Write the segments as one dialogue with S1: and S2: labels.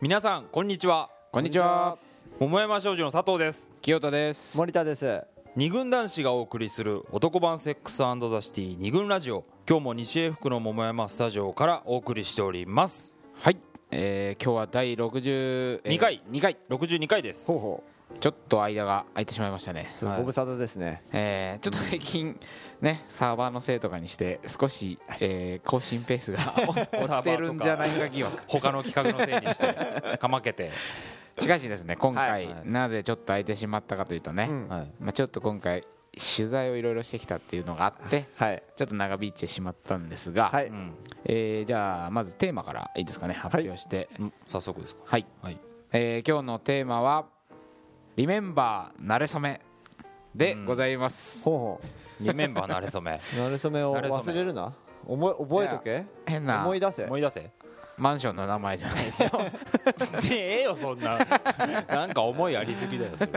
S1: 皆さんこんにちは
S2: こんにちは。
S1: 桃山商事の佐藤です
S2: 清田です。
S3: 森田です
S1: 二軍男子がお送りする男版セックスザシティ二軍ラジオ今日も西英福の桃山スタジオからお送りしております
S2: はい。えー、今日は第62
S1: 二回
S2: 2回
S1: 62回です
S3: ほうほ
S2: ちょっと間が空いてしまいましたね
S3: う、
S1: はい
S3: ご無沙汰ですね
S2: えー、ちょっと最近ねサーバーのせいとかにして少し、えー、更新ペースが落ちてるんじゃないか疑惑
S1: 他の企画のせいにしてかまけて、
S2: しかしですね今回、
S1: はいはい
S2: なぜちょっと空いてしまったかというとね、
S3: ん
S1: はい、
S2: まあ、ちょっと今回取材をいろいろしてきたっていうのがあって
S3: はい
S2: ちょっと長引いてしまったんですが、
S3: はい、
S1: うん
S2: えーじゃあまずテーマからいいですかね発表して
S1: ん早速ですか
S2: はい、
S1: はい
S2: えー今日のテーマは「リメンバーなれそめ」でございます、
S3: ほうほ
S1: リメンバーなれそめ
S3: うなれそめを
S1: 馴れ初め
S3: 忘れるな思い覚えと
S2: い
S3: け
S2: 変な
S3: 思い 出せ
S1: 思い出せ
S2: マンションの名前じゃない ですよ
S1: ええよそんな なんか思いありすぎだよそれ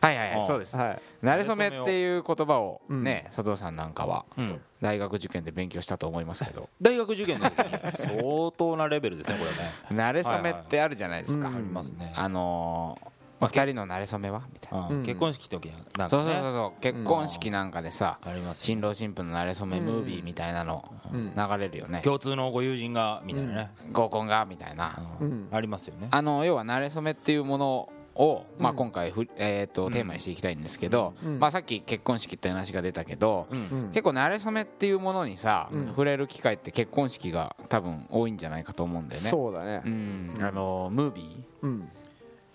S2: はいはい、は
S1: うん
S2: い、そうです、
S3: はい
S2: なれそめっていう言葉を
S3: ん
S2: ね、佐藤さんなんかは
S1: うん
S2: 大学受験で勉強したと思いますけど
S1: 大学受験の時に相当なレベルですねこれね
S2: なれそめってあるじゃないですか、
S3: はいはいうんあります
S1: ね
S2: あのーお二人のなれそめはみたいな、
S1: うん結婚式の時なん
S2: そ
S1: か
S2: うそうそう
S1: ね
S2: そう結婚式なんかでさ、
S1: ありますよ
S2: 新郎新婦のなれそめムービーみたいなの
S3: ん
S2: 流れるよね、
S1: 共通のご友人がみたいなね
S2: 合コンがみたいな、
S3: うん
S1: ありますよね
S2: あの要はなれそめっていうものを、まあ、今回ふ、えー、とテーマにしていきたいんですけど、
S3: うん
S2: まあ、さっき結婚式って話が出たけど、
S1: うん
S3: うん
S2: 結構なれそめっていうものにさ、
S3: うん
S2: 触れる機会って結婚式が多分多いんじゃないかと思うんだよね
S3: そうだね
S2: うんあのムービ
S3: うん
S2: ー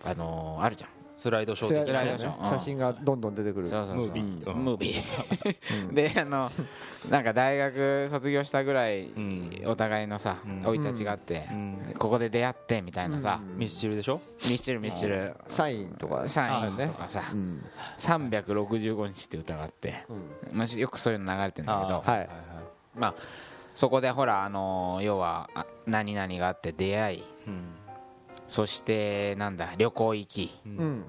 S2: あのあるじゃん
S1: スライドショ
S3: スラ
S1: ー
S3: イド
S1: 的
S3: ね
S1: な
S2: スライドショーうん
S3: 写真がどんどん出てくる
S2: そうそうそう
S1: ムービー
S2: ムービーであのなんか大学卒業したぐらい
S1: ん
S2: お互いのさ
S1: うん
S2: 生い立ちがあって
S1: うん
S2: ここで出会ってみたいなさ
S3: うん
S1: ミスチルでしょ
S2: ミスチルミスチル
S3: サインとか
S2: サイン
S3: あ
S2: とかさ
S3: うん
S2: 365日って歌があって、まあ、よくそういうの流れてんだけど
S3: はい
S2: まあ、そこでほら、あのー要はあ何々があって出会い
S1: うん
S2: そしてなんだ旅行行き
S3: うん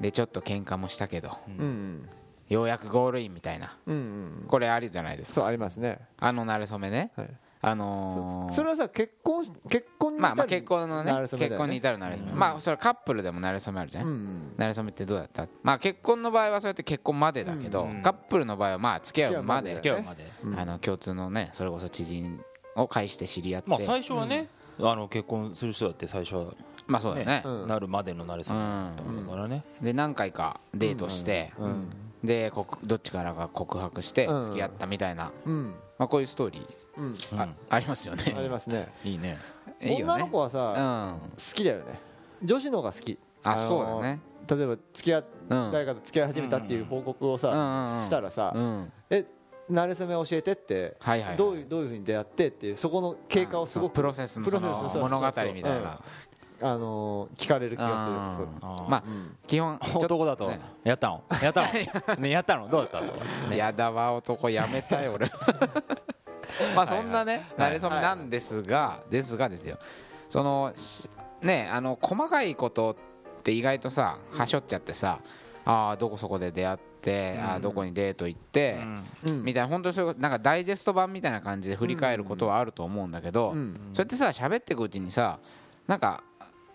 S2: でちょっと喧嘩もしたけど
S3: うん
S2: ようやくゴールインみたいな
S3: うんうん
S2: これありじゃないですか
S3: そうありますね
S2: あの馴れ初めね、
S3: はい
S2: あのー
S3: それはさ結婚結婚に至
S2: ま
S3: る
S2: あ、まあ結婚のね
S3: 馴れ初めだ
S2: 結
S3: よ
S2: 婚に至る馴れ初め、まあそれカップルでも馴れ初めあるじゃん、、
S3: うんん
S2: 馴れ初めってどうだったまあ結婚の場合はそうやって結婚までだけど、
S1: うん
S2: カップルの場合はまあ付き合うまで
S3: 付
S1: 付き合うまで
S2: あの共通のねそれこそ知人を介して知り合って
S1: まあ最初はねあの結婚する人だって最初
S2: まあそうだね
S3: うん
S1: はなるまでのなれそうだったんだからね
S2: で何回かデートして、
S1: うん
S2: で告どっちからか告白して
S3: うん
S2: 付き合ったみたいな、
S3: うん
S2: まあ、こういうストーリー
S3: うん
S2: あ,、ありますよね
S3: ありますね
S1: いいね
S2: いいよね
S3: 女の子は
S2: う
S3: さ
S2: ん
S3: 好きだよね女子の方が好き
S2: あそうだよね
S3: 例えば付き合っ
S2: うん
S3: 誰かと付き合い始めたっていう報告を
S2: うんうん
S3: さ
S2: うん
S3: したらさ
S2: うん
S3: えなれ初め教えてって
S2: はいはいはい
S3: どういうどういうふうに出会ってっていうそこの経過をすご
S2: プ
S3: く
S2: ロセスの
S3: プ
S2: そ
S3: ロセス
S2: の
S3: そうそう
S2: 物語みたい
S3: うん
S2: な
S3: あのー聞かれる気
S2: うん
S3: がするそう
S1: あー
S2: まあ
S3: うん
S2: 基本ちょっと
S1: 男だと
S2: ね
S1: やったのやったのねやったのどうだったの
S2: やだわ男やめたよ俺まあそんなね
S1: はい
S2: 慣れ初めなんですがですがですよそのしねあの細かいことって意外とさはしょっちゃってさあーどこそこで出会ってあーどこにデート行って
S3: うん
S2: みたいな本当にそういうなんかダイジェスト版みたいな感じで振り返ることはあると思うんだけど
S3: うん
S2: そうやってさ喋っていくうちにさなんか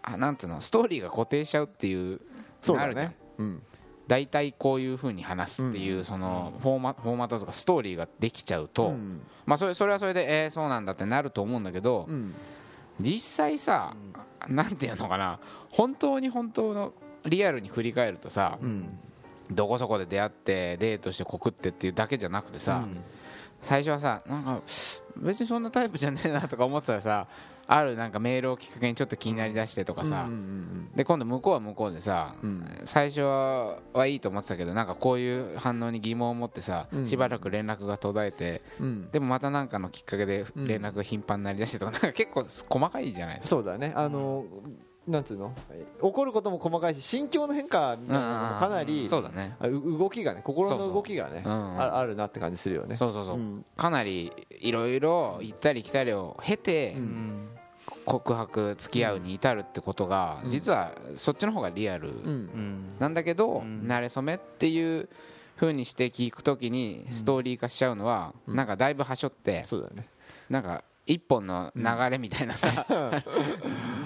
S2: あなんつうのストーリーが固定しちゃうっていう
S3: そう
S2: な
S3: だ
S2: るじゃん
S3: ねうん
S2: 大体こういうふうに話すっていう、そのフォーマフォーマットとかストーリーができちゃうと、
S3: うん
S2: まあ、それそれはそれで、えーそうなんだってなると思うんだけど、
S3: うん
S2: 実際さ、なんていうのかな本当に本当のリアルに振り返るとさ、どこそこで出会ってデートして告ってっていうだけじゃなくてさ、最初はさなんか別にそんなタイプじゃねえなとか思ってたらさあるなんかメールをきっかけにちょっと気になりだしてとかさ、
S3: うんうん
S2: で今度向こうは向こうでさ、最初はいいと思ってたけどなんかこういう反応に疑問を持ってさ、しばらく連絡が途絶えて
S3: うん
S2: でもまたなんかのきっかけで連絡が頻繁になりだしてとか,、 なんか結構細かいじゃないですか
S3: そうだねあのーなんつうの怒ることも細かいし心境の変化みたいなのもかなり
S2: そうだね
S3: あう動きがね心の動きが
S2: そ
S3: ね
S2: うそううんうん
S3: ああるなって感じするよね
S2: そうそうそう、
S3: うん
S2: かなりいろいろ行ったり来たりを経て、
S3: うん
S2: 告白付き合うに至るってことが、実はそっちの方がリアル、
S3: うん
S2: なんだけど、
S1: ん
S2: 慣れ初めっていう風にして聞くときにストーリー化しちゃうのは、なんかだいぶはしょって、
S3: そうだね
S2: なんか一本の流れみたいなさ、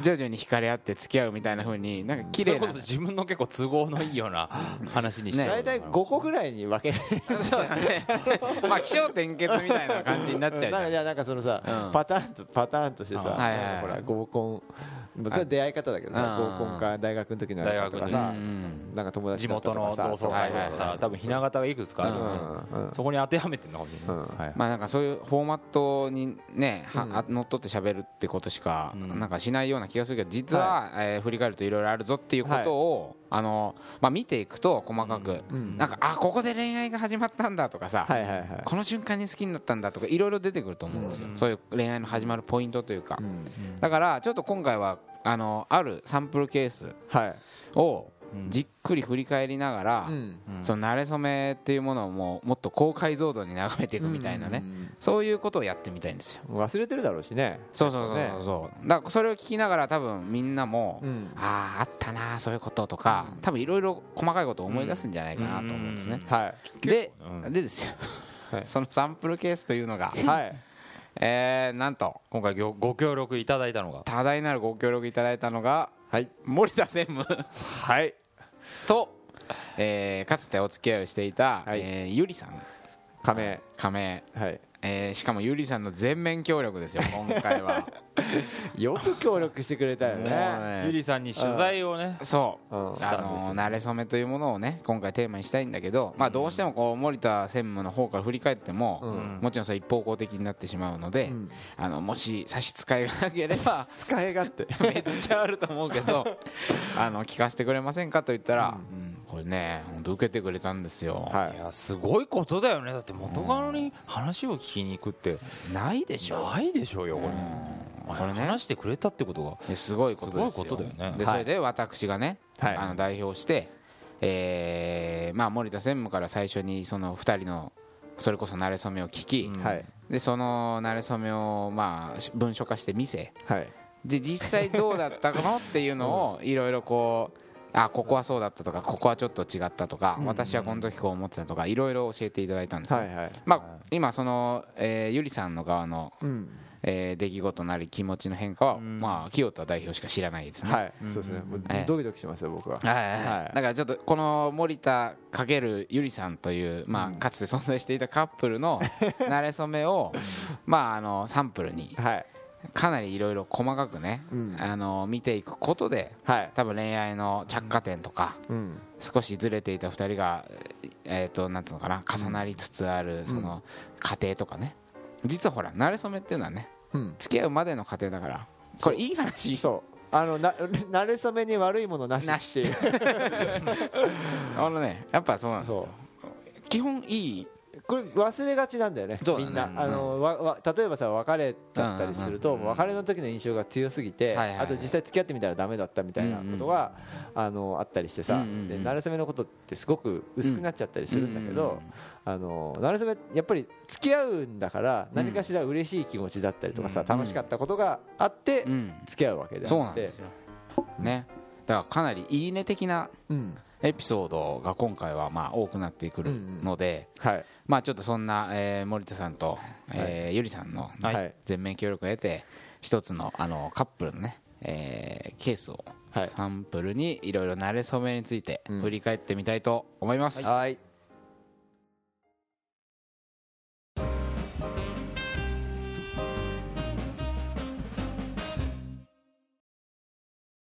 S2: 徐々に惹かれ合って付き合うみたいな風になんか綺
S1: それ
S2: 麗
S1: こ
S2: な
S1: そ自分の結構都合のいいような話にして
S2: ね
S3: 大体5個ぐらいに分けられる
S2: そうだね まあ気象転結みたいな感じになっちゃうじ
S3: な
S2: ゃ
S3: の
S2: ん
S3: でなんかそのさ、
S2: うん
S3: パターンとパターンとしてさ、
S1: うん
S2: はいはいはい
S3: ほら合コンまあそれは出会い方だけどさ、
S2: うん
S3: 合コンか大学の時のあれかとかさ
S2: 大学の時うん
S3: なんか友達
S1: 地
S3: だった
S1: 元
S3: とか
S1: の
S3: さ
S1: 同窓会と
S2: は
S1: か
S2: いはいは
S1: さ多分ひな形がいくつかあるよね
S3: うんうん
S1: そこに当てはめてんのかもしれない、
S3: うん
S1: はい
S2: まあなんかそういうフォーマットにねは
S3: うん
S2: あ乗っ取って喋るってことしか
S1: うん
S2: なんかしないような気がするけど実はえー振り返るといろいろあるぞっていうことをあのまあ見ていくと細かく
S3: うん
S2: なんかあここで恋愛が始まったんだとかさ
S3: はいはいはい
S2: この瞬間に好きになったんだとかいろいろ出てくると思うんですよ
S1: うん
S2: そういう恋愛の始まるポイントというか
S3: うん
S2: だからちょっと今回はあのあるサンプルケース
S3: はい
S2: を
S1: うん
S2: じっくり振り返りながら
S3: うん
S2: その慣れ初めっていうものをもうもっと高解像度に眺めていくみたいなねそういうことをやってみたいんですよ
S3: うん忘れてるだろうしね
S2: そうそうそうそうそうだからそれを聞きながら多分みんなも、
S3: うん
S2: あああったなそういうこととか、多分いろいろ細かいことを思い出すんじゃないかなと思うんですね、
S3: は
S2: で、
S1: うん
S2: でですよ、
S3: はい
S2: そのサンプルケースというのが
S3: いはい
S2: えー、なんと
S1: 今回ごご協力いただいたのが
S2: 多大なるご協力いただいたのが、
S3: はい
S2: 森田専務
S3: はい
S2: と、えーかつてお付き合いをしていた、
S3: はい
S2: えーゆりさん
S3: 仮名
S2: 加盟、
S3: はい
S2: えーしかもゆりさんの全面協力ですよ今回は
S3: よく協力してくれたよ
S2: もう
S3: ね
S2: ね
S1: ゆりさんに取材をね
S2: そう、
S3: うん
S2: あの慣れ初めというものをね今回テーマにしたいんだけど、まあ、どうしてもこう森田専務の方から振り返っても、
S3: うん
S2: もちろんそれ一方向的になってしまうので、
S3: ん
S2: あのもし差し支えがなけれ ば
S3: 使い勝手
S2: めっちゃあると思うけ どあの聞かせてくれませんかと言ったら、うんこれね本当受けてくれたんですよ、
S1: い
S3: は
S1: やすごいことだよねだって元カノに話を聞きに行くって
S2: ないでしょ
S1: ないでしょうよこれ
S2: これね
S1: 話してくれたってことが
S2: いやすごいことですよ
S1: すごいことだよね
S2: でそれで私がね、
S3: はい
S2: あの代表して、えーまあ、森田専務から最初にその2人のそれこそ馴れ初めを聞き、
S3: いはい
S2: でその馴れ初めをまあし文書化して見せ
S3: はい
S2: で実際どうだったのっていうのをいろいろこうあここはそうだったとかここはちょっと違ったとか、私はこの時こう思ってたとかいろいろ教えていただいたんですよ、
S3: はいはい
S2: まあ、今その、えーゆりさんの側の、
S3: うん
S2: えー出来事なり気持ちの変化は、
S1: ん
S2: まあ清田代表しか知らないですね、
S3: はいそうですねもう
S2: ええ
S3: ドキドキしましたよ僕は
S2: はいはいはい
S3: はい
S2: だからちょっとこの森田×ゆりさんという、まあ、かつて存在していたカップルの馴れ初めを、まあ、あのサンプルに
S3: はい
S2: かなりいろいろ細かくね、
S3: うん
S2: あの見ていくことで
S3: はい
S2: 多分恋愛の着火点とか
S3: うん
S2: 少しずれていた2人が、えー、となんつうのかな重なりつつあるその過程とかね実はほら馴れ初めっていうのはね
S3: うん
S2: 付き合うまでの過程だからこれいい話
S3: そうあのな 慣れ初めに悪いものなし
S2: なしあのねやっぱそうなんですよ
S3: そ
S2: 基本いいう
S3: これ忘れがちなんだよね
S2: そうだ
S3: み
S2: ね
S3: んな
S2: うん
S3: あのわわ例えばさ別れちゃったりすると
S1: うん
S3: もう別れの時の印象が強すぎ
S2: は
S3: て
S2: いはいはい
S3: あと実際付き合ってみたらダメだったみたいなことがあのあったりして
S2: うん
S3: さ
S2: うんうん
S3: で慣れ初めのことってすごく薄くなっちゃったりするんだけどあのなるそめやっぱり付き合うんだから何かしら嬉しい気持ちだったりとかさ、
S2: うん
S3: 楽しかったことがあって
S2: うんうん
S3: 付き合うわけであって
S2: そうなんですよねだからかなりいいね的な
S3: うん
S2: エピソードが今回はまあ多くなってくるので、
S3: はい
S2: まあちょっとそんな、えー森田さんと、えーゆりさんの
S3: はい、
S2: 全面協力を得て一つのあのカップルのね、えーケースを
S3: はい
S2: サンプルにいろいろ慣れ初めについて
S3: うん
S2: 振り返ってみたいと思います、
S3: はい